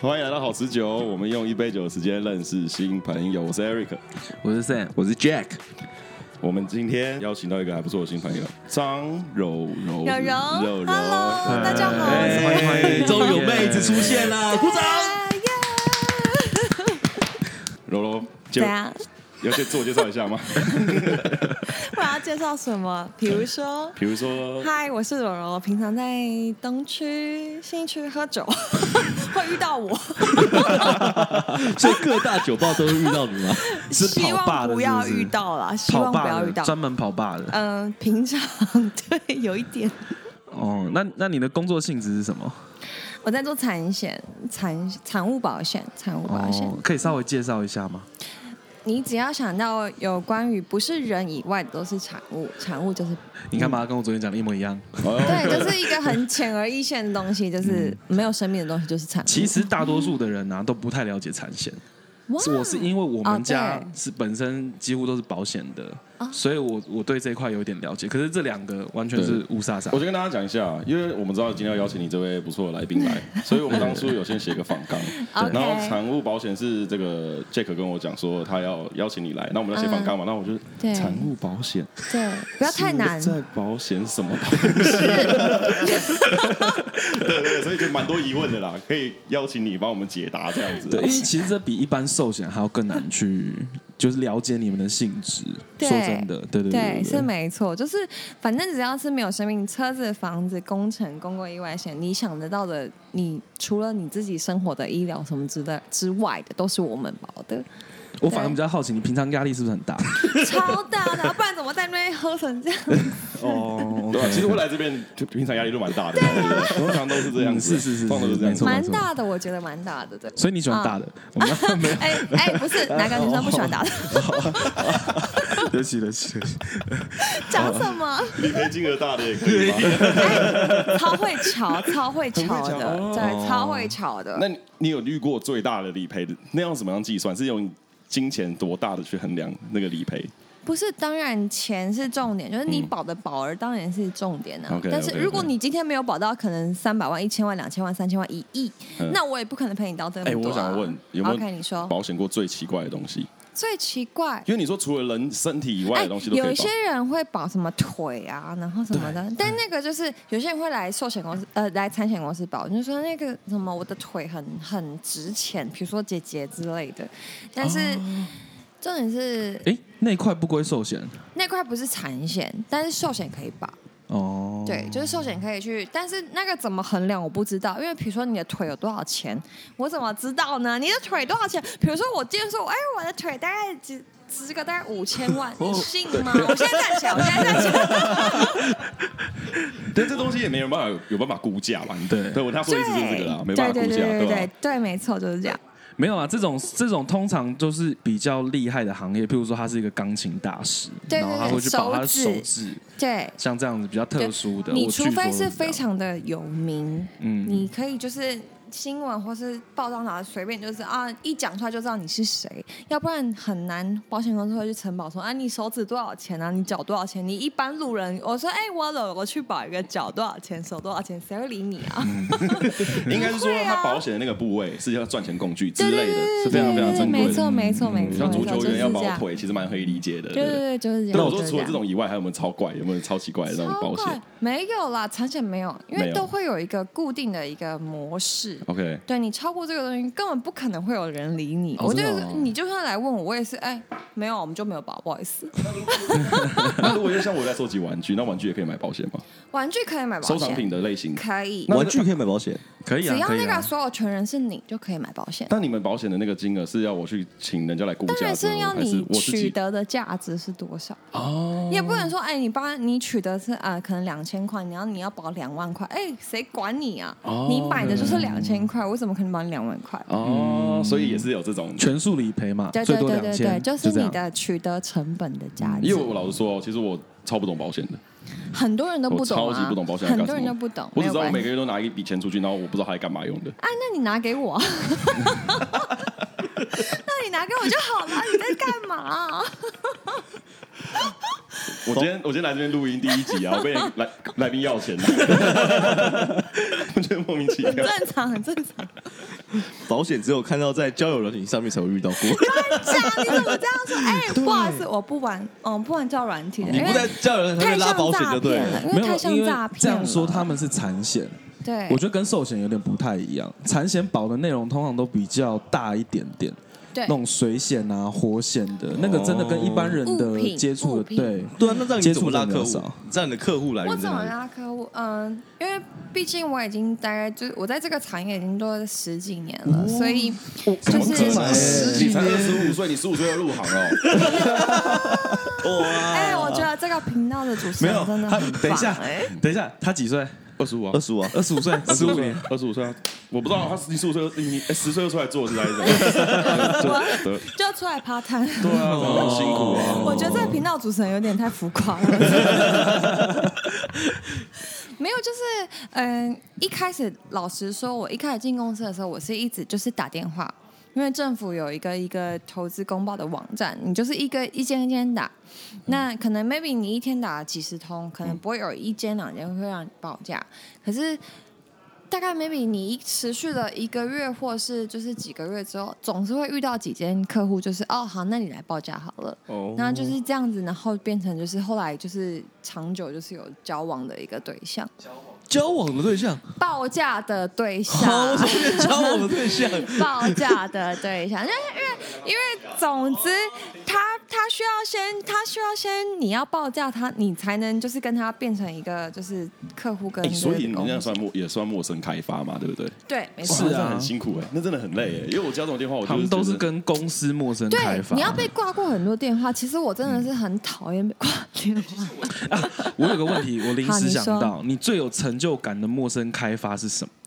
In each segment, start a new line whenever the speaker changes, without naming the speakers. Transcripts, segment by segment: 欢迎来到好持久，我们用一杯酒的时间认识新朋友。我是 Eric，
我是 Sam，我是 Jack。
我们今天邀请到一个还不错的新朋友，张柔柔
柔柔
柔柔，
Hello，大家好
哎
欢
迎欢迎
终于有妹子出现了，鼓掌！
柔柔，就
怎样？
要先自我介绍一下 吗？
我要介绍什
嗯
么？比如说，
比如 说，
嗨，我是柔柔，我平常在东区、新区 喝酒，会遇到我，
所以各大酒吧都遇到你吗？
是
希
跑吧
望
的
不要
是不是
遇到啦，希望不
的
要遇到。
专门跑吧的。
嗯，平常对有一点，
哦，那那你的工作性质是什么？
我在做产险、产产物保险、产物保险。
哦，可以稍微介绍一下吗？
你只要想到有关于不是人以外的都是产物，产物就是
你看吧，跟我昨天讲的一模一样。
嗯
哦
对，就是一个很浅而易见的东西，就是没有生命的东西就是产
嗯
物。
其实大多数的人呢、啊、都不太了解产险，
哇
是我是因为我
哦
们家
对哦
是本身几乎都是保险的，所以我我对这一块有点了解。可是这两个完全是乌沙沙
哦
我。先跟大家讲一下，因为我们知道今天要邀请你这位不错的来宾 来，所以我们当初有先写一个访纲，
OK
然后产物保险是这个 Jack 跟我讲说他要邀请你来，那我们要写访纲嘛，那我就
嗯对
产物保险
对，不要太难。
在保险什么东西？对对对，所以就蛮多疑问的啦，可以邀请你帮我们解答这样子。
对，因为其实这比一般寿险还要更难 去，就是了解你们的性质。
对
说真的，对对
对，
对，
是没错，就是反正只要是没有生命，车子、房子、工程、公共意外险，你想得到的，你除了你自己生活的医疗什么之类之外的，都是我们保 的，
我反而比较好奇，你平常压力是不是很大？
超大的，啊不然怎么在那边喝成这样？
哦
对啊，其实会来这边就平常压力都蛮大的，通常都是这样子，
嗯是是是
通常都是这样
没
子
错。
蛮大的，我觉得蛮大的，对。啊
所以你喜欢大的？我们要 没有，
哎哎，不是哪个女生不喜 欢大的？
对不起对不起对不起，
讲什么？
你可以金额大的也可以吧。
超会吵，超会吵
很会
的
吵哦，
对，超会吵的。
那你你有遇过最大的理赔的那样怎么样计算？是用金钱多大的去衡量那个理赔？
不是，当然钱是重点，就是
嗯
你保的保额当然是重点啊。
OK，OK，OK
但是如果你今天没有保到，可能三百万、一千万、两千万、三千万、一亿，
嗯
那我也不可能赔你到这么
哎、
多、啊。
我想问有没
OK，你
有
说
保险过最奇怪的东西？
最奇怪。
因为你说除了人身体以外的东西都可以保，
哎有一些人会保什么腿啊，然后什么的，但那个就是有些人会来寿险公司，呃，来产险公司保，就是说那个什么我的腿很很值钱，比如说姐姐之类的，但是、
哦
重点是
哎，那一块不归寿险
那块不是产险，但是寿险可以保。
哦。
对，就是寿险可以去，但是那个怎么衡量我不知道，因为比如说你的腿有多少钱，我怎么知道呢？你的腿多少钱？比如说我今天说，哎，我的腿大概几值个大概五千万，
哦
你信吗？我现在站起来，我现在站起来，
但这东西也没人办法有有办法估价嘛。你
对
对我他说的意思就是这个啦，没办
对
法
对
估价，
对对
吧？
对对，没错，就是这样。
没有啊，这种这种通常都是比较厉害的行业，譬如说他是一个钢琴大师，
对对
然后他会去保他的
手
手
指
指，
对，
像这样子比较特殊的，
你
我据
除非
说
是
这样
非常的有名，
嗯
你可以就是新闻或是报章拿随便就是啊，一讲出来就知道你是谁，要不然很难保险公司会去承保说啊，你手指多少钱啊，你脚多少钱？你一般路人，我说哎、我我我去保一个脚多少钱，手多少钱，谁会理你
嗯
啊？
应该是说
不会啊
他保险的那个部位是要赚钱工具之
对
类
对
的，
对
是非常非常
对
珍贵
没
的。嗯
错没错没错，
像足
没
球
错
员要保
就是这样
腿，其实蛮可以理解的。
对对对，就是这样。
那我说
就是
除了
样
这种以外，还有没有超怪、有没有超奇怪的那种
超
保
怪
险
没有啦，产险没有，因
没
为
有
都会有一个固定的一个模式。
？OK，
对你超过这个东西，根本不可能会有人理你。
哦
我就
真的
是
哦
你就算来问我，我也是哎，没有，我们就没有保，不好意思。
那如果就像我在收集玩具，那玩具也可以买保险吗？
玩具可以买保
收
险，
藏品的类型，
可以，
玩具可以买保险，
可以啊，
只要
可以
那
啊
个所有权人是你，就可以买保险。
但你们保险的那个金额是要我去请人家来估
当
价
然
之
是
后，
要
还是
你
我自
取
己？
得的价值是多少哦，你也不能说哎，你帮你取得是啊、呃可能两千块，你要你要保两万块，哎，谁管你啊？你买的就是两千块，我怎么可能保你两万块？
哦，所以也是有这种。
全数理赔嘛，
对
最
对
多
对
两
对对，
千，
就是
这
你
样。
的取得成本的价值
因为。我老实说哦，其实我超不懂保险的，
哦很多人都不懂、啊，
我超级不懂保险要
很
干什
多
么
人都不懂。
我只知道
没
我
有
每
关
个
系
月都拿一笔钱出去，然后我不知道它来干嘛用的。
啊，那你拿给我，那你拿给我就好了。你在干嘛、
我今天我今天来这边录音第一集啊，我被人来来宾要钱了，我觉得莫名其妙。
正常，很正常。
保险只有看到在交友软体上面才会 遇到过，
这样啊你怎么这样说？哎、不好意思，我不玩，嗯，不玩叫软体的，
你
因
不
为
在交友软体
哎
上
太
面拉
像
保险
诈
就对
骗
了
了，。因
没
为
有
太像
因为
诈骗了。
这样说他们是产险，
对，
我觉得跟寿险有点不太一样。产险保的内容通常都比较大一点点，
对
那种水险啊、火险的那个真的跟一般人
物
的
品
接触的
物品
对。
对啊，那让你
接
怎
触
么拉
者比
客
较
户
少？
让你的客户来
我
源在
怎么
哪里？
拉客户？嗯，因为毕竟我已经大概就是我在这个产业已经做了十几年了，
哦
所以就是
可能
十几
你才
年
二十五岁，你十五岁要入行哦。
哎、我觉得这个频道的主持
没
人
有
真的
他
很棒。
等一下
哎
等一下，他几岁？
二十五啊
二，十五啊，
二十五岁，十五年。
二十五岁啊，我不知道他你十五岁，你哎十岁就出来做是还是怎样？对
就出来趴摊。
对啊，很辛苦啊。
我觉得这个频道主持人有点太浮夸了。 没有，就是嗯，一开始老实说，我一开始进公司的时候，我是一直就是打电话，因为政府有一个一个投资公报的网站，你就是一个一间一间打。那可能 maybe 你一天打几十通，可能不会有一间两间会让你报价，可是。大概 maybe 你一持续了一个月，或是就是几个月之后，总是会遇到几间客户，就是哦好，那你来报价好了。
哦
那就是这样子，然后变成就是后来就是长久就是有交往的一个对象，
交往的 对象，
报价的对象，
哦
好，我怎么变交往的对象？
报价的对象，因为因为因为总之他他需要先他需要先你要报价他，你才能就是跟他变成一个就是客户跟
哎，所以你们
这
这
个
样
公司
算陌也算陌生开发嘛，对不对？
对，没
是
错
哇。那
啊
真的很辛苦哎，那真的很累哎，因为我接到这种电话，我
他
就
们都
觉
是
得
跟公司陌生开
对，
发。
你要被挂过很多电话。其实我真的是很讨厌被挂电话。
我有个问题，我临
好
时
你
想
说
到，你最有成就感的陌生开发是什么？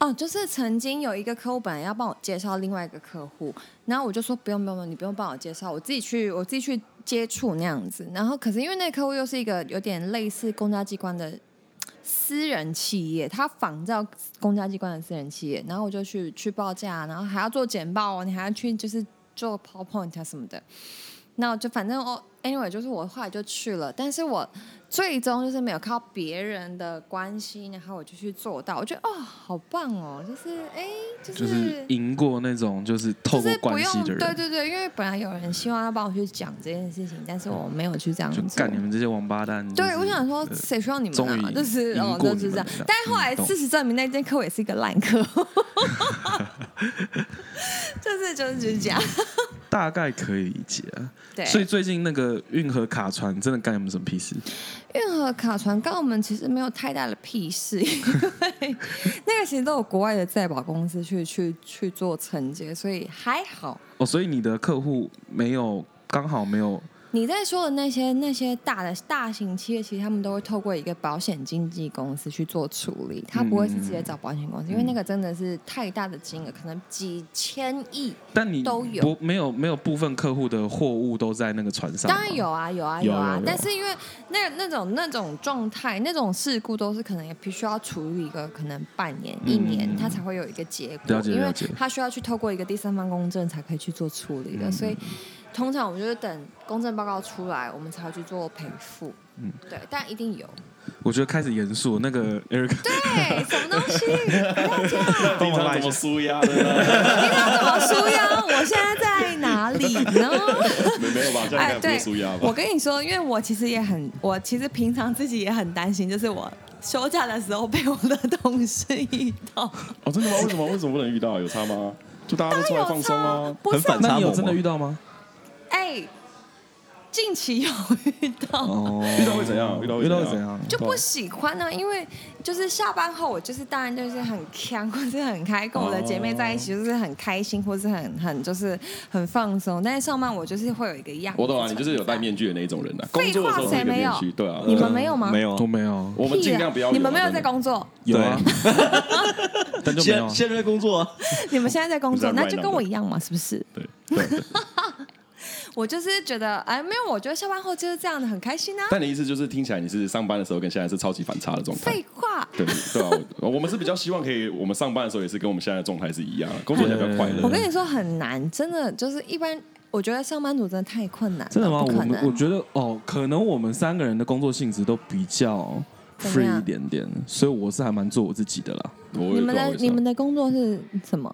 哦，就是曾经有一个客户本来要帮我介绍另外一个客户，然后我就说不用不用，不用你不用帮我介绍，我自己去我自己去接触那样子。然后可是因为那个客户又是一个有点类似公家机关的私人企业，他仿照公家机关的私人企业，然后我就去去报价，然后还要做简报哦，你还要去就是做 PowerPoint 啊什么的。那我就反正哦，anyway，就是我后来就去了，但是我最终就是没有靠别人的关系，然后我就去做到，我觉得哦，好棒哦，就是哎，就是。
就是赢过那种就是透
就
过
是不
关系
用，
的
对
人，
对对，因为本来有人希望要帮我去讲这件事情，但是我没有去这样
就
做
干。你们这些王八蛋。就
对，
是
我想说，
呃
谁需要你
终
们啊？
于
就是
赢
哦，
过
就是
你们
这样
了。
但是后来
嗯懂
事实证明，那间客户也是一个烂客户， 就是就是就是这样。
大概可以理解啊。
对，
所以最近那个运河卡船真的干你们什么屁事？
运河卡船跟我们其实没有太大的屁事， 因为那个其实都有国外的在保公司去去去做承接，所以还好。
哦，所以你的客户没有刚好没有
你在说的那些那些大的大型企业，其实他们都会透过一个保险经纪公司去做处理，他不会是直接找保险公司，因为那个真的是太大的金额，可能几千 亿。
但你
都有
不没有没有部分客户的货物都在那个船上吗？
当然有啊，有啊，
有
啊。
有有
但是因为那那种那种状态、那种事故，都是可能也必须要处理一个可能半年、一年，它才会有一个结果。
嗯了解
因为
了解
它需要去透过一个第三方公证才可以去做处理的，
嗯
所以通常我们就是等公证报告出来，我们才会去做赔付。嗯，对，但一定有。
我觉得开始严肃，那个 Eric
对，哎什么东西？不要这样！
平常怎么舒压的呢？
你要怎么输呀？我现在在哪里 呢？哎
没没有吧？这样应该不会舒压吧
我？跟你说，因为我其实也很，我其实平常自己也很担心，就是我休假的时候被我的同事遇到，
哦，真的吗？为什么为什么不能遇到？有差吗？就大家 都出来放松啊！
哎不
很
是
反
那
差
你有
萌啊
真的
吗
遇到吗？
哎，近期有遇到。
哦，
遇到会 怎样？遇到啊
遇到
会
会怎？样？
就不喜欢呢、因为就是下班后，我就是当然就是很强，或是很开，跟我的姐妹在
哦
一起就是很开心，或是很很就是很放松。但是上班我就是会有一个样子
我
存在。
懂啊，你就是有戴面具的那一种人啊。工
废话
作的时候戴
谁
个
没
面
有
具，对啊。
你们没有吗？
没有
都，没有，
我们尽量不要有啊。
你们没有
真的
在工作，
有啊，但就没有啊。
现现在在工作啊，
你们现在在工作，
不是在
那就跟我一样嘛，是不是？
对对对。
我就是觉得，哎，没有，我觉得下班后就是这样的，很开心啊。
但你的意思就是，听起来你是上班的时候跟现在是超级反差的状态
废。话，
对对啊，我我们是比较希望可以，我们上班的时候也是跟我们现在的状态是一样啊的，工作起来比较快
对
乐
我。跟你说很难，真的就是一般，我觉得上班族真的太困难了，
真的吗？
哦不
我
可
们
能
我觉得哦，可能我们三个人的工作性质都比较
怎么
free
样
一点点，所以我是还蛮做我自己的啦。
我
你
也
们
不
的
知道为啥
你们的工作是什么？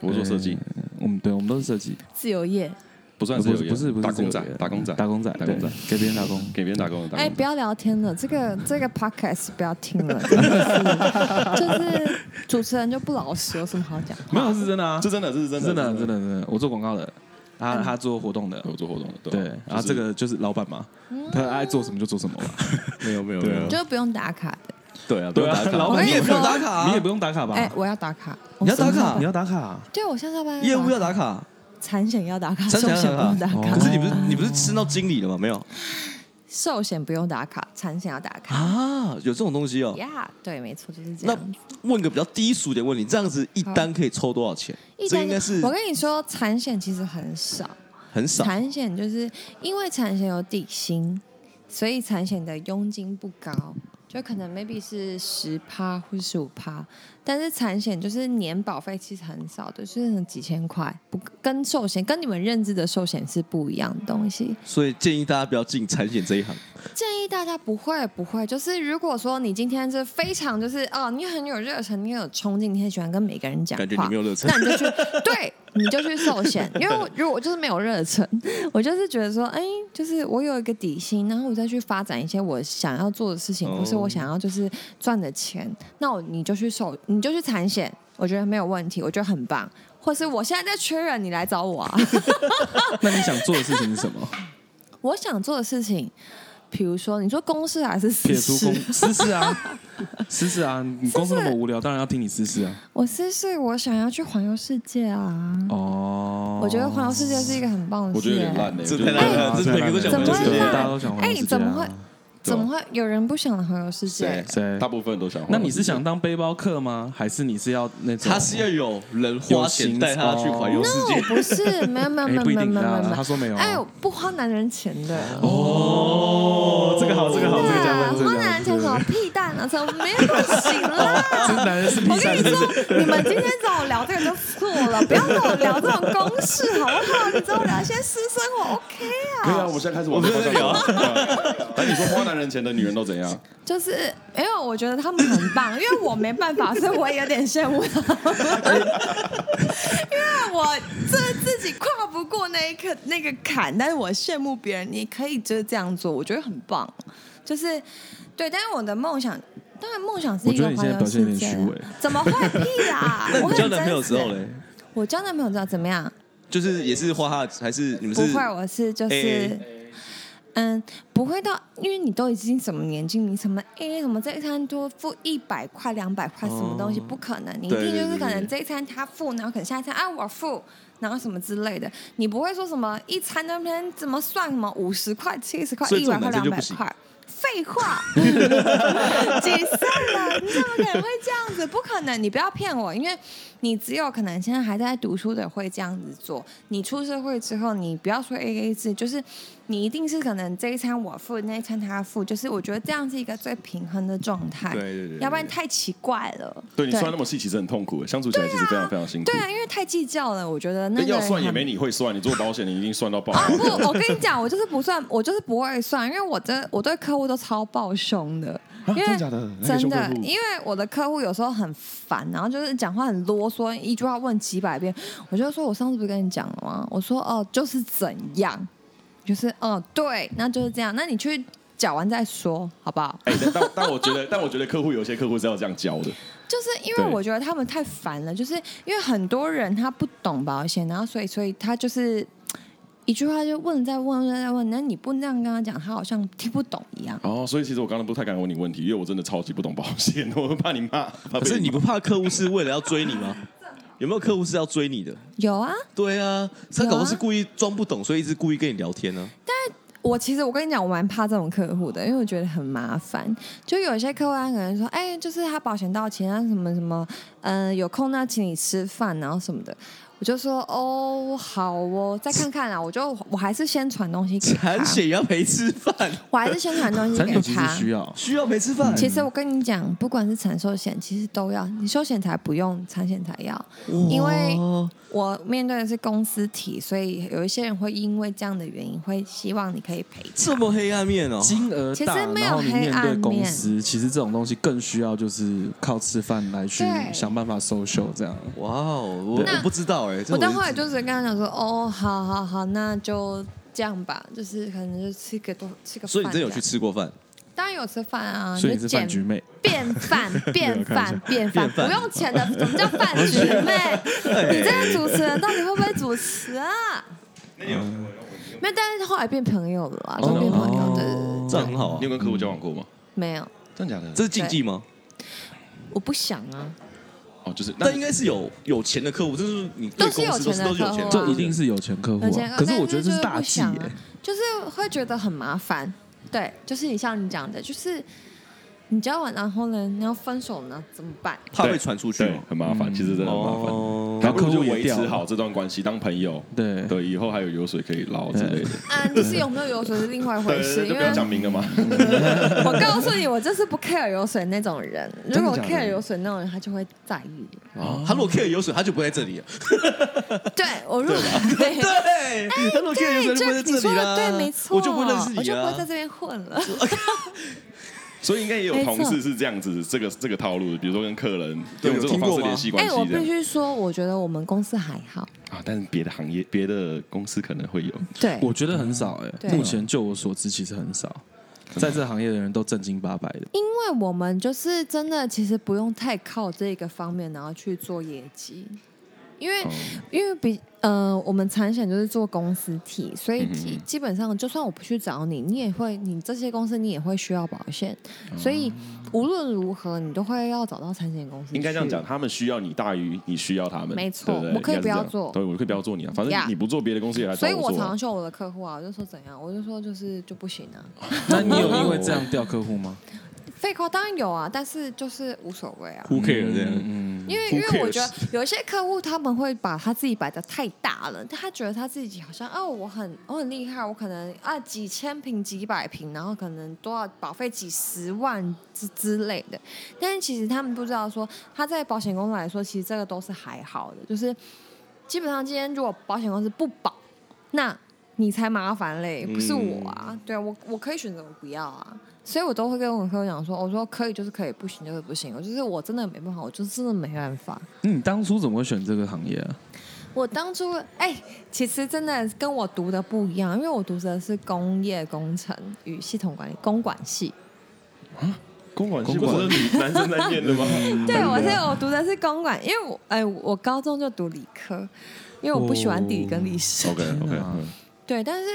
我做设计
呃，我们对，我们都是设计，
自由业。
不算
不
是
是不是不是
打工仔
自由业，
打工仔，
打工仔，
打工仔
对，给别人打工。
给别人打工的打
哎、
工
不
仔。
要聊天了，这个这个 podcast 不要听 了，真的是，就是主持人就不老实，有什么好讲？
嗯
没有是真的啊，
这真的，这是真
是
的，
真的
这
真的真的，我做广告的，他
嗯
他做活动的，
我做活动的，
对
啊，
然后
就是
这个就是老板嘛，
嗯
他爱做什么就做什么嘛。
没有没有
对
没
啊
有，
就是不用打卡的。
对啊，不
对
用打
啊，
卡啊
老
我跟
板
你
你也不
说
用打卡，你也不用打卡吧
哎、？我要打卡，
你要打
我上
卡
班
你要打卡，啊
对，我下下班
业务要
打
打卡，
卡产险要打卡，
产
寿
险
险不
要
用
打
打
卡哦
卡，
可是你不是你不是升到经理了吗？没有
寿险不用打卡，产险要打卡。
啊，有这种东西哦。
呀、对，没错，就是这
那
样。
问个比较低俗点问题，这样子一单可以抽多少钱？
一
这
张
应该是
我跟你说，产险其实很少，
很少。
产险就是因为产险有底薪，所以产险的佣金不高，就可能 maybe 是十趴或十五趴，但是产险就是年保费其实很少的，就是几千块，不跟寿险跟你们认知的寿险是不一样的东西。
所以建议大家不要进产险这一行。
建议大家不会不会，就是如果说你今天是非常就是哦，你很有热忱，你很有冲劲，你很喜欢跟每个人讲话，
感觉你没有热忱
那你就去对，你就去寿险，因为我如果我就是没有热忱，我就是觉得说，哎，就是我有一个底薪，然后我再去发展一些我想要做的事情，
哦
或是我想要就是赚的钱，那我你就去寿，你就去产险，我觉得没有问题，我觉得很棒。或是我现在在缺人，你来找我啊！
那你想做的事情是什么？
我想做的事情，比如说你说公事还是私
撇除
事？
公私事啊，私事啊，你公司那么无聊，当然要听你私事啊。
我是是我想要去环游世界啊！
哦，
我觉得环游世界是一个很棒的
我觉
事、
得有点
欸。
烂呢，
这
我觉得
太烂了
啊
这
对
每个都
对
想
怎么会
对
烂
大家都想环游世界啊
哎怎么会怎么会有人不想环游世界
谁？
谁
大部分人都想换。
那你是想当背包客吗？还是你是要那种？
他是要有人花钱带他去环游世界。
哦不是，没有没有
哎
没有
不
没
一
有
定
没
他
有没
他
有。
说没有啊。
哎，我不花男人钱的，啊
哦，这个好，这个好，这个加分，这
花
个
男
加
人钱
分
什么屁蛋啊，怎么没有行啦？
哦这个男人是屁
我跟你
蛋，
说，你们今天找我聊这个就错了，不要跟我聊这种公事好不好？你找我聊一些私生活，OK
可以啊，我们现在开始往
我们
这个
在
方
聊
向走。对啊但你说花男人钱的女人都怎样？
就是因为我觉得他们很棒，因为我没办法，所以我也有点羡慕他们，因为我这自己跨不过那一刻那个坎，但是我羡慕别人，你可以就是这样做，我觉得很棒，就是对，但是我的梦想。当然，梦想是一个
我觉得你
环
现在
游
表现有
世
点
界
虚伪
啊，怎么会屁啊？我
那
很
你交男朋友之后
真实
嘞，
我交男朋友之后怎么样？
就是也是花他的还是你们
不
是？
会，我是就是，
AA
嗯，不会到，因为你都已经什么年纪，你什么 A 什么这一餐多付一百块、两百块，什么东西、不可能，你一
对
定
对
就是
对
可能
哦对
这一餐他付，然后可能下一餐啊我付，然后什么之类的，你不会说什么一餐那边怎么算什么五十块、七十块、
所以
一
这
百块、
种男
两
生就不
百
行
块。废话， 几岁了？你怎么可能会这样子？不可能！你不要骗我，因为你只有可能现在还在读书的会这样子做。你出社会之后，你不要说 A A 制，就是你一定是可能这一餐我付，那一餐他付，就是我觉得这样是一个最平衡的状态。
对对对
要不然太奇怪了。
对你算那么细，其实很痛苦，欸相处起来其实非常非常辛苦
对。啊，因为太计较了，我觉得那
但
个
要算也
很
没你会算，你做保险你一定算 到爆。
啊不，我跟你讲，我就是不算，我就是不会算，因为我真我对客户都超爆凶的，因为
啊真的假的哪个
真
凶
的
客户
因为我的客户有时候很烦，然后就是讲话很啰嗦，一句话问几百遍，我就说我上次不是跟你讲了吗？我说哦、就是怎样，就是哦、对，那就是这样，那你去讲完再说，好不好？
哎，但但但我觉得，但我觉得客户有些客户是要这样教的。
就是因
对
为我觉得他们太烦了，就是因为很多人他不懂保险，然后所以所以他就是一句话就问再问问再问，那你不那样跟他讲，他好像听不懂一样。
哦，所以其实我刚刚不太敢问你问题，因为我真的超级不懂保险，我怕你骂。怕
可
被
是你
骂
啊不怕客户是为了要追你吗？有没有客户是要追你的？
有啊，
对啊，他搞不好是故意装不懂，所以一直故意跟你聊天啊呢、
我其实我跟你讲，我蛮怕这种客户的，因为我觉得很麻烦。就有一些客户他可能说，呃哎、就是他保险到期啊，什么什么，嗯、有空呢请你吃饭，然后什么的。我就说哦，好哦，再看看啦。我就我还是先 传东西给他
产，险也要陪吃饭，
我还是先传东西
产
给
险其实
他。
需要，
需要陪吃饭。
其实我跟你讲，不管是产寿险，其实都要。你寿险才不用，产险才要。因为
哦
我面对的是公司体，所以有一些人会因为这样的原因，会希望你可以赔
这
偿。
么黑暗面哦，
金额
其实
大，
没有
然后你
黑
面
暗
对公
面
司，其实这种东西更需要就是靠吃饭来去
对
想办法 social 这样。
哇哦，我
那
我不知道哎，这
我但
就
后来就是跟他讲说，哦，好好好，那就这样吧，就是可能就吃个多吃个饭。
所以你真有去？吃过饭？
当然有吃饭啊，
所以你
就是减
饭局 妹，
便饭，便饭，便饭，不
饭
用钱的，怎么叫饭 局
哎
妹？你这个主持人到底会不会主持啊？没有，但是后来变朋友了啊，
哦
都变朋友，对对对，
这样很好啊
你有，跟客户交往过吗？
没有，
真的假的？
这是禁忌吗？
我不想啊，
哦，就是那
但应该是有有钱的客户，就是你对
都是
公
有
司都是
钱的
都是有
客
钱
户
的，
啊
这一定是有钱客户
有
啊
钱。
可是我觉得这
但
是
是
大
就是
忌
不想啊
耶，
就是会觉得很麻烦，对，就是你像你讲的，就是你交往然后呢，你要分手呢，怎么办？
怕被传出去
对
吗？
很麻烦，其实真的很麻烦。
哦
然后客户
也
维持
掉了
好这段关系，当朋友，
对
对，以后还有油水可以捞之类的。
啊，你是有没有油水是另外一回
对，
事，
对
因
就不
为
要讲明了嘛。
我告诉你，我就是不 care 油水那种人。如果我
真的假的
care 油水那种人，他就会在意。
哦他如果 care 有水，他就不在这里了。
对我如果 对
对，哎他如果 care 有水，就不
哎
会在
这你
这
说
里
的
了。
对，没错，
我就不认识
我
你啊
就不会在
了。
这边混了。
所以应该也有
没错
同事是这样子，这个这个套路的，比如说跟客人
对
用这
有
种
听
方
过
式
吗
联系关
哎，我
系
必
的
须说，我觉得我们公司还好。
啊。但是别的行业、别的公司可能会有。
对，
我觉得很少哎。
嗯对
目前就我所知，其实很少，在这行业的人都正经八百的。
因为我们就是真的，其实不用太靠这个方面，然后去做业绩，因为、
嗯
因为比呃，我们产险就是做公司体，所以基
嗯哼
基本上就算我不去找你，你也会，你这些公司你也会需要保险，
哦
所以无论如何，你都会要找到产险公司。
应该这样讲，，他们需要你大于你需要他们，
没错
对对
我可以
应该是这样
不要做
对我可以不要做你啊，反
Yeah
正你不做，别的公司也来找
所以我
做
常
啊
常。秀我的客户啊，我就说怎样，我就说就是就不行啊，
那你有因为这样掉客户吗？
废话当然有啊，但是就是无所谓啊。
Who care 这样？
嗯，
因为
Who
因为我
cares？
觉得有一些客户他们会把他自己摆的太大了，他觉得他自己好像哦，我很我很厉害，我可能啊几千平几百平，然后可能多少保费几十万之之类的。但是其实他们不知道说，他在保险公司来说，其实这个都是还好的，就是基本上今天如果保险公司不保，那你才麻烦嘞，不是我啊，
嗯
对啊，我我可以选择我不要啊。所以我都会跟我客户讲说，我说可以就是可以，不行就是不行，我就是我真的没办法，我就是真的没办法。
那你嗯当初怎么会选这个行业啊？
我当初哎、其实真的跟我读的不一样，因为我读的是工业工程与系统管理公管系。
公管系
公
不
管
是女男生在念的吗？
对，我是我读的是公管，因为我哎、我高中就读理科，因为我不喜欢地理跟历史。
OK OK，
天哪
对，但是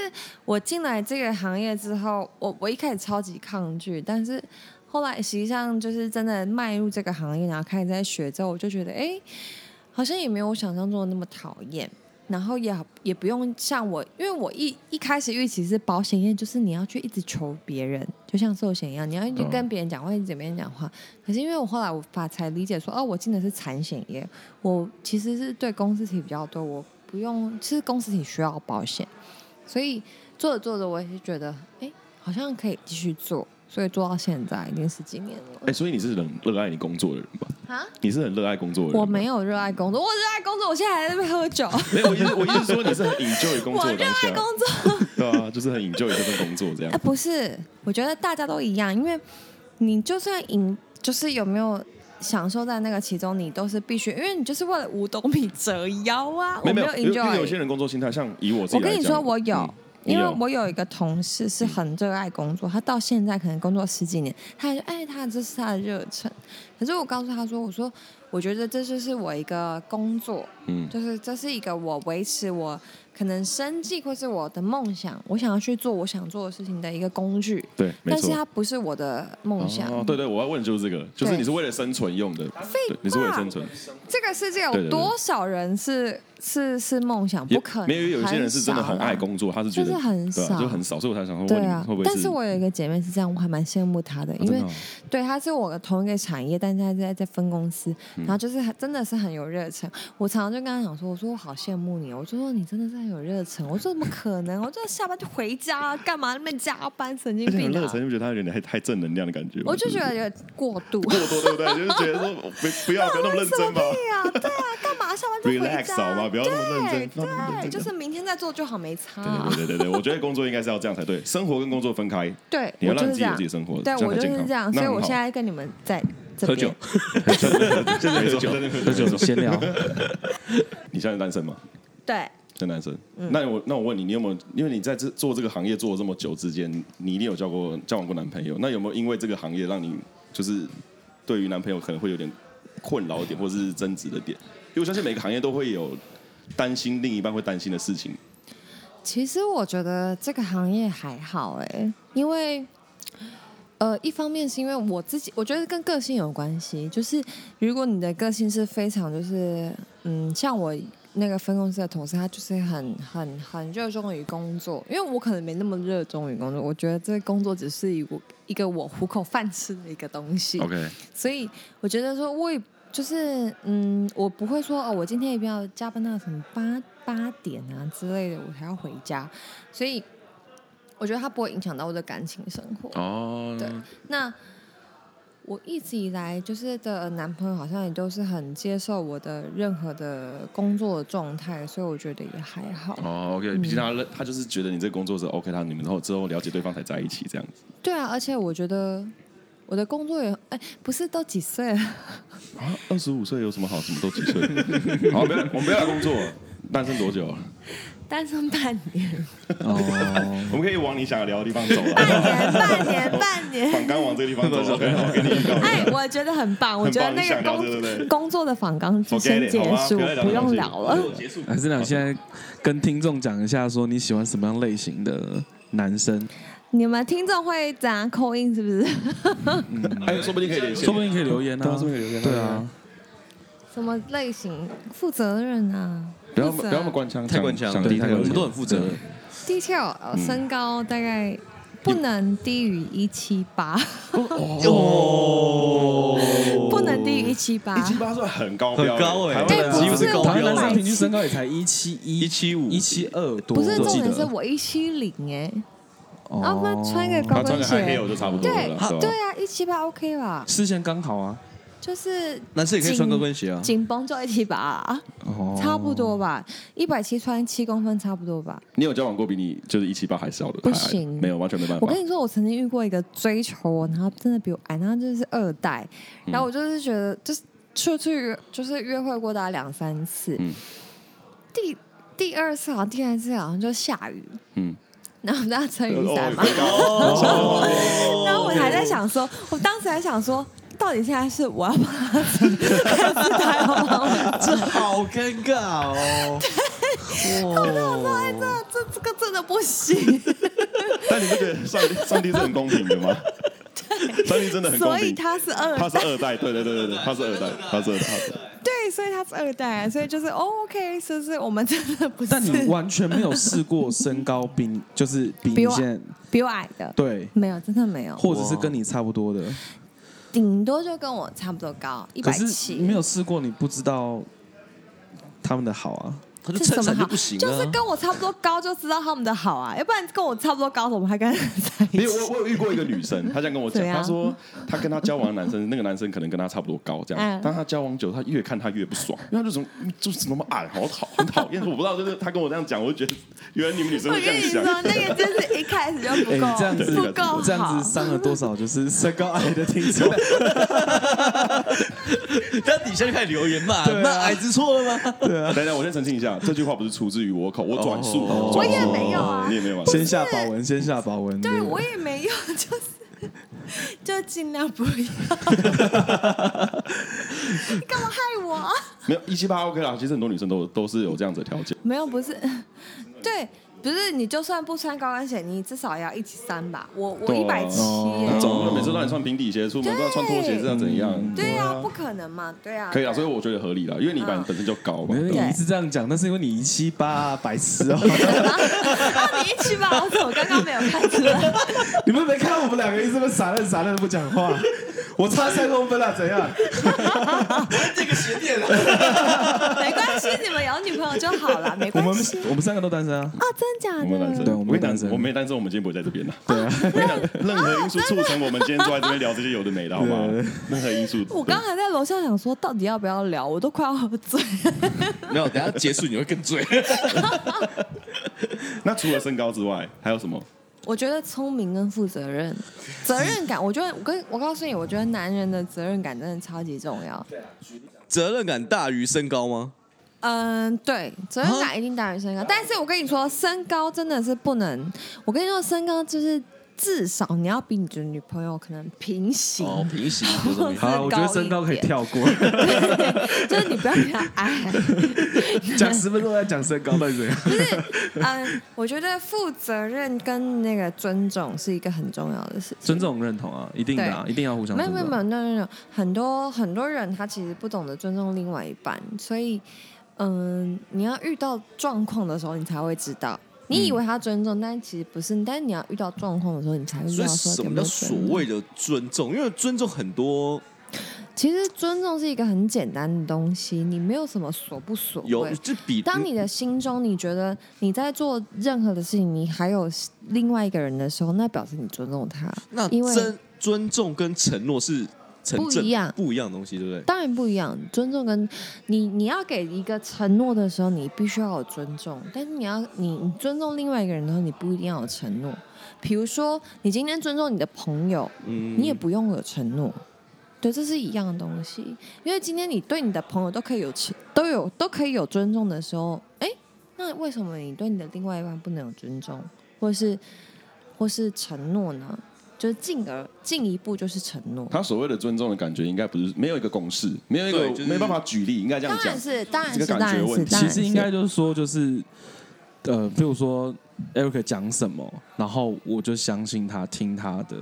我进来这个行业之后，我我一开始超级抗拒，但是后来实际上就是真的迈入这个行业，然后开始在学之后，我就觉得，哎，好像也没有我想象中的那么讨厌，然后也也不用像我，因为我一一开始预期是保险业，就是你要去一直求别人，就像寿险一样，你要一直
嗯
跟别人讲话，一直跟别人讲话。可是因为我后来我把才理解说，哦，我进的是产险业，我其实是对公司体比较多，我不用，其实公司体需要保险。所以做着做着，我也是觉得，哎、好像可以继续做，所以做到现在已经十几年了。
哎，所以你是很热爱你工作的人吧？
啊，
你是很热爱工作的人吧？
我没有热爱工作，我热爱工作，我现在还在那边喝酒，
没有，我意思我意思是说你是很 enjoy 工
我
作的
热
当
爱
下
工，作。
对啊，就是很 enjoy 这份工作这
哎、
样。
不是，我觉得大家都一样，因为你就算赢，就是有没有。享受在那个其中，你都是必须，因为你就是为了五斗米折腰啊！我
没有
有
因为因为有些
enjoy，
人工作心态，像以我自己来讲，
我跟你说，我有，
嗯你
因为
有
我有一个同事是很热爱工作，他到现在可能工作十几年，他还说哎，他这是他的热忱。可是我告诉他说，我说我觉得这就是我一个工作，
嗯
就是这是一个我维持我可能生计或是我的梦想，我想要去做我想做的事情的一个工具。
对，没
但是
错。
它不是我的梦想，
哦，对对，我要问的就是这个，就是你是为了生存用的，对，你是为了生存，
这个世界
对
有
对对
多少人是是是梦想，
也
不可能。啊
没有有一些人是真的很爱
工，
工作，他是觉得
就是很
对啊
少
就很少，所以我才想说，
对
问你
啊
会不。会
但是我有一个姐妹是这样，我还蛮羡慕她的，
啊
因为
真的哦
对，他是我的同一个产业，但是他在在分公司，然
嗯
后就是很真的是很有热忱。我常常就跟他讲说，我说我好羡慕你哦，我就说你真的是很有热忱，我说怎么可能？我就下班就回家，啊干嘛那边加班？神经
而且很
病
热
啊
忱，！就觉得他有点太太正能量的感觉。
我就觉得有点过度。
过多，对不对？就是觉得说不不要不要那么认 真嘛
对呀、对啊，干嘛下班就回
，relax
家？啊
好嘛，不要那么认真
对，
不要那么
对，
认真
就是明天再做就好，没差、啊
对对对对对，我觉得工作应该是要这样才对，生活跟工作分开，
对，
你
我
要
就
让你
是这
自己有
样
自己。生活，
对，
样
我
才
就
健
是
康
这样，所以我现在跟你们在这
喝
边
酒，
真 的
喝 酒，喝酒，闲聊。
你现在单身吗？
对。
真单身？那我那我问你，你有没有？因为你在这做这个行业做了这么久之间，你一定有交过交往过男朋友，那有没有因为这个行业让你就是对于男朋友可能会有点困扰一点，或者是争执的点？因为我相信每个行业都会有担心另一半会担心的事情。
其实我觉得这个行业还好哎、因为呃，一方面是因为我自己，我觉得跟个性有关系。就是如果你的个性是非常就是嗯，像我那个分公司的同事，他就是很很很热衷于工作，因为我可能没那么热衷于工作，我觉得这工作只是一个一个我糊口饭吃的一个东西。
OK，
所以我觉得说，我也就是嗯，我不会说哦，我今天一定要加班到什么八八点啊之类的，我才要回家。所以我觉得它不会影响到我的感情生活。
哦，
对那我一直以来就是的男朋友好像也都是很接受我的任何的工作的状态，所以我觉得也还好。
哦，OK，
毕竟他认他就是觉得你这个工作是 OK，他你们之后之后了解对方才在一起这样子。
对啊，而且我觉得我的工作也哎，不是都几岁了？
啊，二十五岁有什么好？什么都几 岁？好，不要我们不要聊工作，单身多久了？
单身半年，
哦，
我们可以往你想聊的地方走了。
半年， 半年，半年。
反刚往这个地方走了， 我跟我跟你预告一
哎
下，。
我觉得很棒，我觉得那
很棒你想
个
聊
工
这个对不对
工作的访纲就
Forget
先
it，
结
好吧
束
不要再，聊
不
这个东
用
西
聊了。
哎
结束
还是那你现在跟听众讲一下，说你喜欢什么样类型的男生？
你们听众会怎样扣音？是不是？
哎，说不定可以联系
说。不定可以留言啊，
对啊说不定可以留言
对啊，
什么类型？负责任啊？
不要
负责
不要那么官腔，
太官腔
想
对
低太
太官
官
腔
腔，
嗯我们都很负责
对
detail，呃，
嗯
身高大概不能低于一七八，
嗯
哦
不能低于一七八
一。七八算很高欸标了，
很高哎
台湾
对
人
不
几乎
是
是
我
高
啊台
标了
湾男
我
生平均身高也才一七一、
一七五
一七二多，
不是
我
重
记
点是
得。
我一七零哎，
哦
然后不然穿个高
他
跟
穿个 high
鞋
heel，就差不多
对
了啦，
对啊，一七八 OK 吧？
视线刚好啊，
就是
男生也可以穿高跟鞋啊，
紧绷就一七八啊，
哦，
差不多吧，一百七穿七公分差不多吧。
你有交往过比你就是一七八还小的？
不行
没有，完全没办
我
法
跟。你说，我曾经遇过一个追求我，然后真的比我矮，然后就是二代，
嗯
然后我就是觉得，就是出去就是约会过大概两三次，
嗯
第第二次好啊像第三次好像就下雨，
嗯，
然后我们家撑雨伞嘛，
哦，
然后我还在想说，我当时还想说，到底现在是我要帮他撑，还是他要帮我 撑？
这 好尴尬 哦。哇，
哎这这个真的不行，
但你不觉得上帝上帝是很公平的吗？ 上帝真的很公
所以
平。
他是二
他是二代，对对对对对，他是二代，他是二代。
对，所以他是二代，所以就是、哦、OK，是不是我们真的不是
但 你完全没有试过身高比你就是比
比
你
我
现在
比我矮的？
对，
没有，真的没有，
或者是跟你差不多的，
顶多就跟我差不多高，一
可
百
是
七。
没有试过，你不知道他们的好啊。
他就
这
衬
什么
衫
好
就不行啊，
就是跟我差不多高就知道他们的好啊，要不然跟我差不多高，我们还跟他在一
没
起
有，我我有遇过一个女 生，她这样跟我讲
怎，样
她说她跟她交往的男生，那个 男生可能跟她差不多高这样
嗯，
但她交往久，她越看她越不爽，因为她就怎么就是那么矮，好讨很讨厌。我不知道，就是她跟我这样讲，我就觉得原来你们女生
我
会这
跟
样
你
想
说。，那个就是一开始就 不
哎、
够，
这样子
不够好，
这样子伤了多少就是身高矮的听众？
他底下就开始留言嘛，
啊
那矮子错了 吗？
等等，我先澄清一下，这句话不是出自于我口，我转述，
哦
转述
我也没有啊
你也没有啊。
先下保文，先下保文。
对
不
我 也没有， 就是就尽量不要。你干嘛害我？啊
没有一七八 OK 啦，其实很多女生都都是有这样子的条件。
没有，不是，对。不是你就算不穿高跟鞋，你至少也要一七三吧？我我
对啊
一百七
那
耶，
总不能每次让你穿平底鞋出门，
对
不要穿拖鞋，这样怎样？
对呀、不可能嘛，对呀、
可以啊，所以
以
我觉得合理啦，因为你本
嗯
本身就高嘛
没。有，
对
你是这样讲，但是因为你一七八，白 痴哦！
啊，你一七八，我怎么刚刚没有看出来？
你们没看我们两个一直在傻愣傻愣地不讲 话，我差三公
啊
分了，怎样？
这个鞋垫啊，
没关系，你们有女朋友就好了，没
我
关
们
系。
我们三个都单身 啊，
啊，真假
我们男生，
的？
对我们
跟你讲
单身
我们单身，我们今天不会在这边的。对啊，任何因素促成我们今天坐在这边聊这些有的没的，好吗
对？
任何因素。
我刚还在楼下想说，到底要不要聊？我都快要喝醉。
没有，等一下结束你会更 醉。
对那除了身高之外，还有什么？
我觉得聪明跟负责任，责任感，我觉得我跟我告诉你，我觉得男人的责任感真的超级重要。
责任感大于身高吗？
嗯，对，责任感一定大于身高，但是我跟你说，身高真的是不能。我跟你说，身高就是至少你要比你的女朋友可能平行，
哦，平行
或
这种
是
好啊，我觉得身高可以
一点，
跳过，
就是你不要比他矮。
讲十分钟在讲身高，到底怎样？
嗯，我觉得负责任跟那个尊重是一个很重要的事情。
尊重认同啊，一定的啊，一定要互相
没
尊
有
重。
没有没有，no no no，很多很多人他其实不懂得尊重另外一半，所以嗯，你要遇到状况的时候，你才会知道。
嗯
你以为他尊重，但其实不是。但是你要遇到状况的时候， 你才会知
所
道
以
说
什么
有没
叫
有
所
尊重
谓的尊重？因为尊重很多
其实尊重是一个很简单的东西，你没有什么所不所
有
谓。
就比
当你的心中你觉得你在做任何的事情，你还有另外一个人的时候，那表示你尊重他。
那
因为
尊尊重跟承诺是成
不
正
一样
不一样的东西，对不对？
当然不一样，尊重跟你你要给一个承诺的时候，你必须要有尊重，但是你要你你尊重另外一个人的时候，你不一定要有承诺。比如说，你今天尊重你的朋友，
嗯
你也不用有承诺。对，这是一样的东西，因为今天你对你的朋友都可以有承，都有都可以有尊重的时候，哎，那为什么你对你的另外一半不能有尊重，或是或是承诺呢？就是进而进一步就是承诺。
他所谓的尊重的感觉，应该不是没有一个共识，没有一
对
个
就是
没办法举例，应该这样
当
讲
然。是，当然
这
是，
个感
当
觉
然
问
是，
题
当
其
然
实应
是
该就是说，就是呃，譬如说 Eric 讲什么，然后我就相信他，听他的，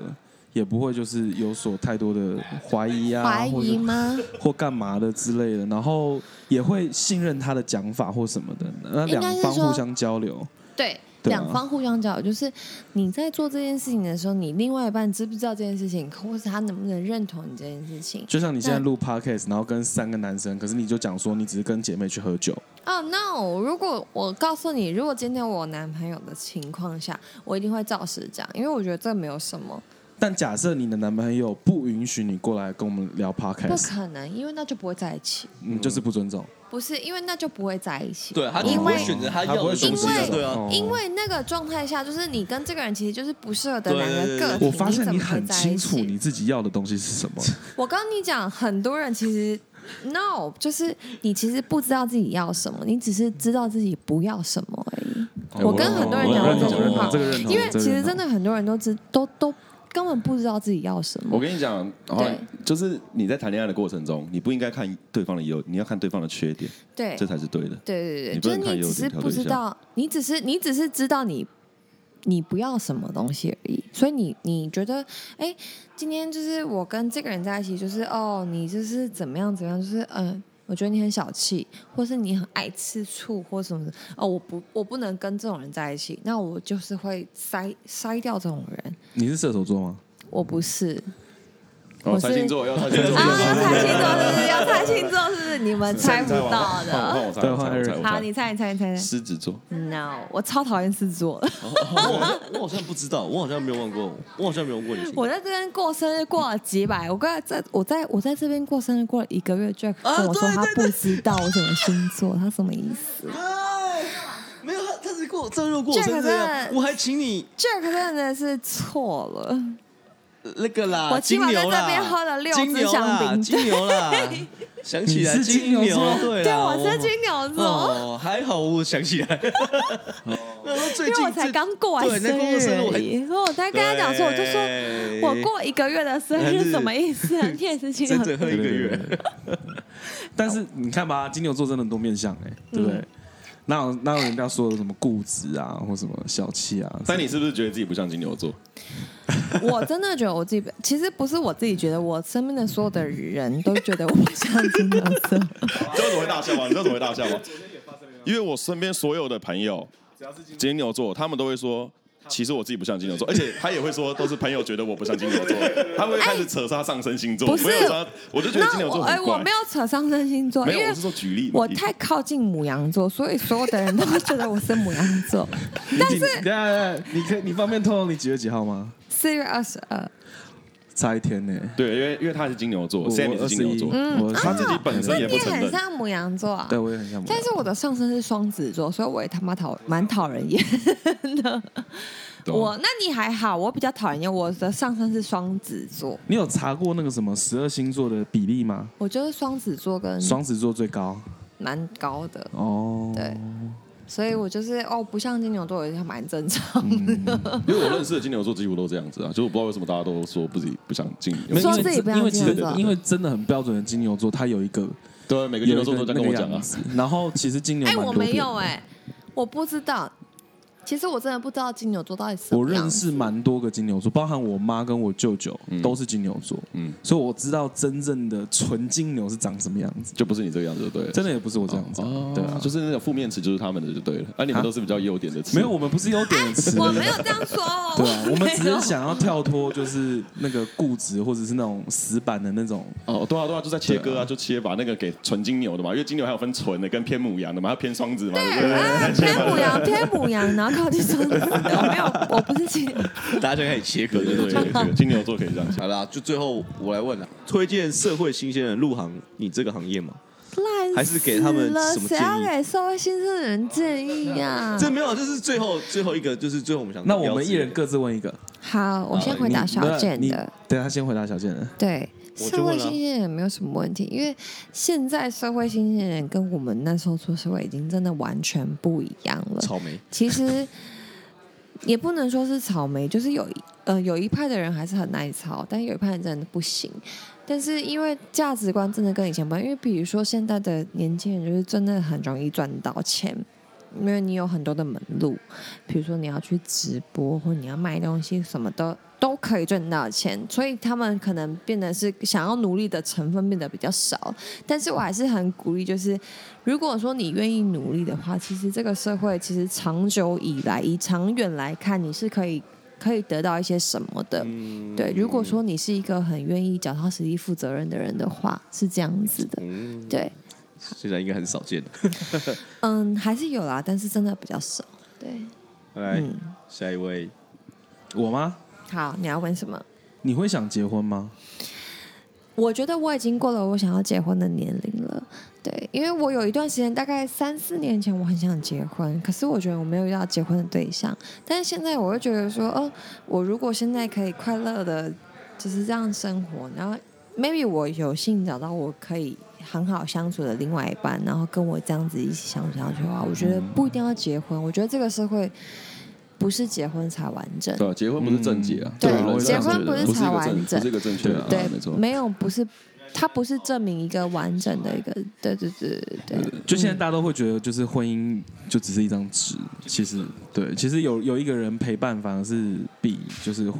也不会就是有所太多的怀疑啊，
怀
或
疑
者
吗？
或干嘛的之类的，然后也会信任他的讲法或什么的，那
应
两
该是
方
说
互相交流。
对，
对啊
两方互相交流，就是你在做这件事情的时候，你另外一半知不知道这件事情，或是他能不能认同你这件事情？
就像你现在录 podcast，然后跟三个男生，可是你就讲说你只是跟姐妹去喝酒，
哦、no！如果我告诉你，如果今天我有男朋友的情况下，我一定会照实讲，因为我觉得这没有什么
但假设你的男朋友不允许你过来跟我们聊
不
podcast，
可能，因为那就不会在一起。
你就是不尊重。
不是，因为那就不会在一起。
对他
因
啊不会
为
选择他
他
要
不
的
会
东西
选择
啊，对啊，
哦
因为那个状态下，就是你跟这个人其实就是不适合的
对
两个
对对
个体，
我发现
你
你
怎么会
很
在一
清楚
起
你自己要的东西是什 么，
我跟你讲，很多人其实 no，就是你其实不知道自己要什么，你只是知道自己不要什么而已。
哎
我跟很多人
我
讲
认
过
同我
这句
认
话
同，这个认同，
因为
这
其
个
实
认
真
同
的很多人都知都都根本不知道自己要什
我
哦
么。
跟你讲，然后就是你在谈恋爱的过程中，你不应该看对方的优，你要看对方的缺点，
对
这
对
才是对的。
对对，
你
就
不
是
能看
你只是
优点挑
不
对
知
象
道，你只是你只是知道你。你不要什么东西而已，所以你你觉得，哎，今天就是我跟这个人在一起，就是哦，你就是怎么样怎么样，就是嗯、呃我觉得你很小气，或是你很爱吃醋，或什么的。哦，我不我不能跟这种人在一起，那我就是会筛筛掉这种人。
你是射手座吗？
我不是
哦，
我是
猜星座，要猜星座，
啊，要猜星座是不是？啊要猜星
啊
座是不是？你们猜不到
换换
的。
哦我猜，我猜，我猜，我
好，
猜
你。猜，你猜，你猜。你猜
狮子座，
No，我超讨厌狮子座的。
哦我好像我好像不知道，我好像没有问过，我好像没有问过你。
我在这边过生日过了几百，我刚才在我在我在这边过生日过了一个月，Jack
啊
跟我说
对
他
对
不知道我什么星座，他什么意思
哎没有，他他是过真的过
这
我
个
生日啊，
真的
我还请你
？Jack 真的是错了，
呃那个啦，
我起码
金牛
在
啦
这边喝了六
金牛
支香
啦
槟
金牛 啦，想起来
你是金牛
牛啊
座，
啊
对
对，啊
啦，
我是金牛
嗯
座，
哦，还好我想起 来，那时候最
因为
近
我才
这
刚过完
对那
生
过完
日
生日
而
我还
已，然后我在跟他讲说，我就说
对
我过一个月的生日什么意思啊？你也是金
整
牛
整
座
喝一个
对对
月
嗯
对，但是你看吧，金牛座真的很多面相哎、对不对？哪有哪有人家说的什么固执啊，或什么小气啊？
但你是不是觉得自己不像金牛座？
我真的觉得我自己，其实不是我自己觉得，我身边的所有的人都觉得我不像金牛
你知
座。
道怎么会大笑吗？你知道怎么会大 笑吗？因为我身边所有的朋友，金牛座，他们都会说，其实我自己不像金牛座，而且他也会说，都是朋友觉得我不像金牛 座，他会开始扯他上升星座，
哎不是
没有他， 我就觉得金
那
牛
我
座
哎、
很
我
怪
没。有扯上升星座，
没
因
有，
为
我是说举例。
我太靠近母羊座，所以所有的人都觉得我是母羊 座。
但是，等一下等一下你可以你方便透露你几月几号吗？
四月二十二，
差一天呢、
对，因为因为他是金牛座
我
，Sam 是嗯金牛
我
座，
嗯
21我
他自己本身也不
你也
承
很
认。
像母羊座啊
对。我也很想。
但是我的上升是双子座，所以我也他妈讨蛮讨人厌的。
啊
对啊
我那你还好，我比较讨人厌。我的上升是双子座，
你有查过那个什么十二星座的比例吗？
我觉得双子座跟
双子座最高
蛮高的，
哦。
对，所以我就是哦，不像金牛座，也蛮正常。
嗯
因为我认识的金牛座几乎都这样子啊，就是我不知道为什么大家都说自己不像金牛
没有
座
因
说。
为
自己不像
因为其
金牛
实
座
因为真的很标准的金牛座，它有一个
对，啊每个金
有
牛
一
座
个
都在
那
跟我
个
讲啊
样。子。然后其实金牛
哎、
蛮多
我
变
没
的
有哎、我不知道。其实我真的不知道金牛座到底是什
我
么样
认识蛮多个金牛座，包含我妈跟我舅舅都是金牛座，
嗯
嗯，所以我知道真正的纯金牛是长什么样子。
就不是你这个样子，就对了。
真的也不是我这样子啊，对啊，
就
就是
那种负面词，就是他们的就对了。而、你们
啊
都是比较优点的词，
没有我们不是优点词，
我没有这样说 哦。
对啊，我们只
没有
是想要跳脱就是那个固执或者是那种死板的那种，
哦，对啊，对啊，就在切割
对
啊，
啊
就切把那个给纯金牛的嘛，因为金牛还有分纯的跟偏母羊的嘛，还有偏双子嘛，对不对？
啊，偏母羊，偏母羊，然后靠近双子，我没有，我不是金牛。
大家就开始切割，
对
对
对
对对。
对，这个金牛座可以这样讲。
好啦，就最后我来问了，推荐社会新鲜人入行你这个行业吗？
烂死
还是给他们
了
什么建
谁
议
要给社会新生人建议
啊
呀、
这没有，啊这是最后最后一个，就是最后我们想
那我们一人各自问一个，
好，我先回答小简
你
的。，
对他先回答小健的，
对，
我
社
就问
会
了
新鲜人没有什么问题，因为现在社会新鲜人跟我们那时候出社会已经真的完全不一样了。
草莓，
其实也不能说是草莓，就是有一呃有一派的人还是很耐操，但有一派人真的不行。但是因为价值观真的跟以前不一样，因为比如说现在的年轻人就是真的很容易赚到钱。因为你有很多的门路，比如说你要去直播，或你要卖东西，什么都都可以赚到钱，所以他们可能变得是想要努力的成分变得比较少。但是我还是很鼓励，就是如果说你愿意努力的话，其实这个社会其实长久以来，以长远来看，你是可以可以得到一些什么的。对，如果说你是一个很愿意脚踏实地、负责任的人的话，是这样子的。
嗯，
对，
现在应该很少见了。
嗯，还是有啦，但是真的比较少。对，
来，
嗯，
下一位，
我吗？
好，你要问什么？
你会想结婚吗？
我觉得我已经过了我想要结婚的年龄了。对，因为我有一段时间，大概三四年前，我很想结婚，可是我觉得我没有遇到结婚的对象。但是现在，我会觉得说，哦、我如果现在可以快乐的，就是这样生活，然后 maybe 我有幸找到我可以很好相处的另外一半，然后跟我这样子一起相处下去的话，我觉得不一定要结婚。我觉得这个社会不是结婚才完整。
对，结婚不是正解啊，
对
我也是这样
结婚
觉得
不是
不是一
才
个
完
正，
整
不是一个正确的答
对
案，没，错。
没有不是，它不是证明一个完整的一个，对对对对对，
就现在大家都会觉得，就是婚姻就只是一张纸，其实对，其实有有一个人陪伴，反而是比就是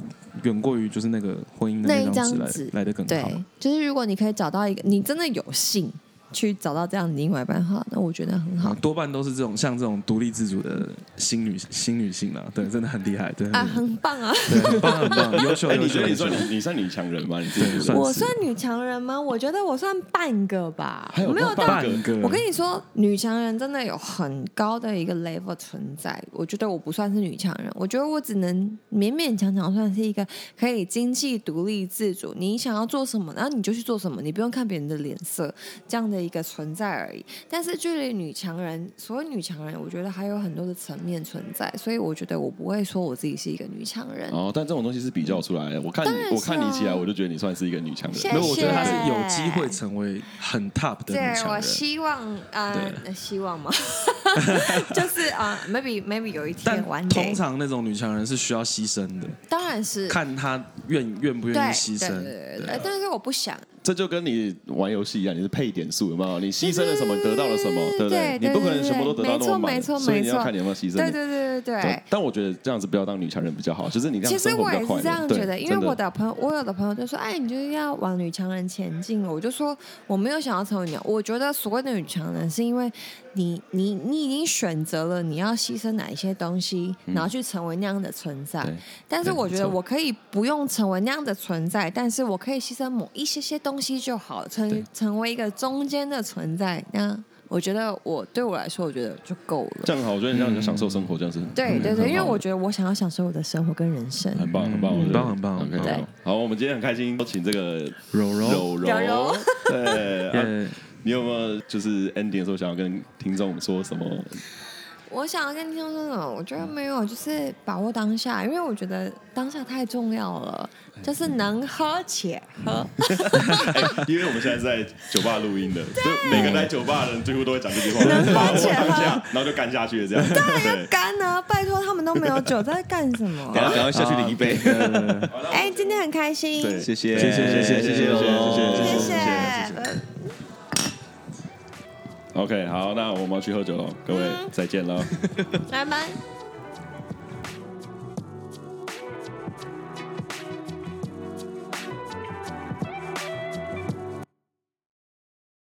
远过于就是那个婚姻的
那
那
一
张纸
张
来
纸
来的更好。
对，就是如果你可以找到一个，你真的有幸去找到这样的另外一半的话，那我觉得很好
啊，多半都是这种像这种独立自主的新女新女性啦，对，真的很厉害，
嗯
对，
啊，很棒啊！
对很棒很 棒，优秀
哎，
优
你
秀
觉得你
优秀
算。你你算女强人吗？你自己觉
对
得
算
我
是
算女强人吗？我觉得我算半个吧，
还有
没有
到
到
半。
半个，
我跟你说，女强人真的有很高的一个 level 存在。我觉得我不算是女强人，我觉得我只能勉勉强强算是一个可以经济独立自主，你想要做什么，然后你就去做什么，你不用看别人的脸色这样的一个存在而已。但是距离女强人，所谓女强人，我觉得还有很多的层面存在，所以我觉得我不会说我自己是一个女强人。
哦，但这种东西是比较出来的。我看
当然是啊
我看你起来，我就觉得你算是一个女强
谢
人。
没
谢
有，我觉得她是有机会成为很 top 的
对
女，强
我
人。
希望，呃
对，
呃希望吗？ 就是啊、m a y b e maybe 有一
但
天完
通
美，
常那种女强人是需要牺牲的，
当然是
看她愿愿不愿
对
意牺
对
牲。
对
啊
哎对对，但是我不想，
这就跟你玩游戏一样，你是配点数，有没有？你牺牲了什么，得到了什么，对不
对对
你不可能什么都得到那么满，
没错没错
所以你
没
要
错
看你有没有牺牲。
对对对对对。
但我觉得这样子不要当女强人比较好，就是你这
其
样
实
生活
我
比
也
较快乐。
是这样觉得，
对
因为我
真的
的朋友，我有的朋友就说：“哎，你就是要往女强人前进。”我就说我没有想要成为女，我觉得所谓的女强人是因为你你你已经选择了你要牺牲哪一些东西，然后去成为那样的存在。
嗯对
但是
对
我觉得
没错
我可以不用成为那样的存在，但是我可以牺牲某一些些东西就好，
对
成成为一个中间的存在。那我觉得我对我来说，我觉得就够了。
这样好，我觉得你让人享受生活，这样是
对对
嗯很好
对，因为我觉得我想要享受我的生活跟人生。
很棒，很棒，
嗯
我觉得
很棒很棒
OK，
对
好好，我们今天很开心，邀请这个
柔柔，
柔柔，
柔柔
对， 啊
耶
你有没有就是 ending 的时候想要跟听众说什么？
我想要跟听众说什么？我觉得没有，就是把握当下，因为我觉得当下太重要了，就是能喝且
嗯
喝。
因为我们现在是在酒吧录音的，就每个来酒吧的人几乎都会讲这句话，
能
把
喝
握
且
当
喝
下，然后就干下去了这样。对，
干呢、拜托，他们都没 有酒，在干什么？
等一下赶快下去领一杯，
哎、今天很开心，
对
谢谢
谢谢谢谢谢谢
谢谢谢谢
谢谢。
OK，好，那我们要去喝酒了，各位
嗯
再见喽。
拜拜。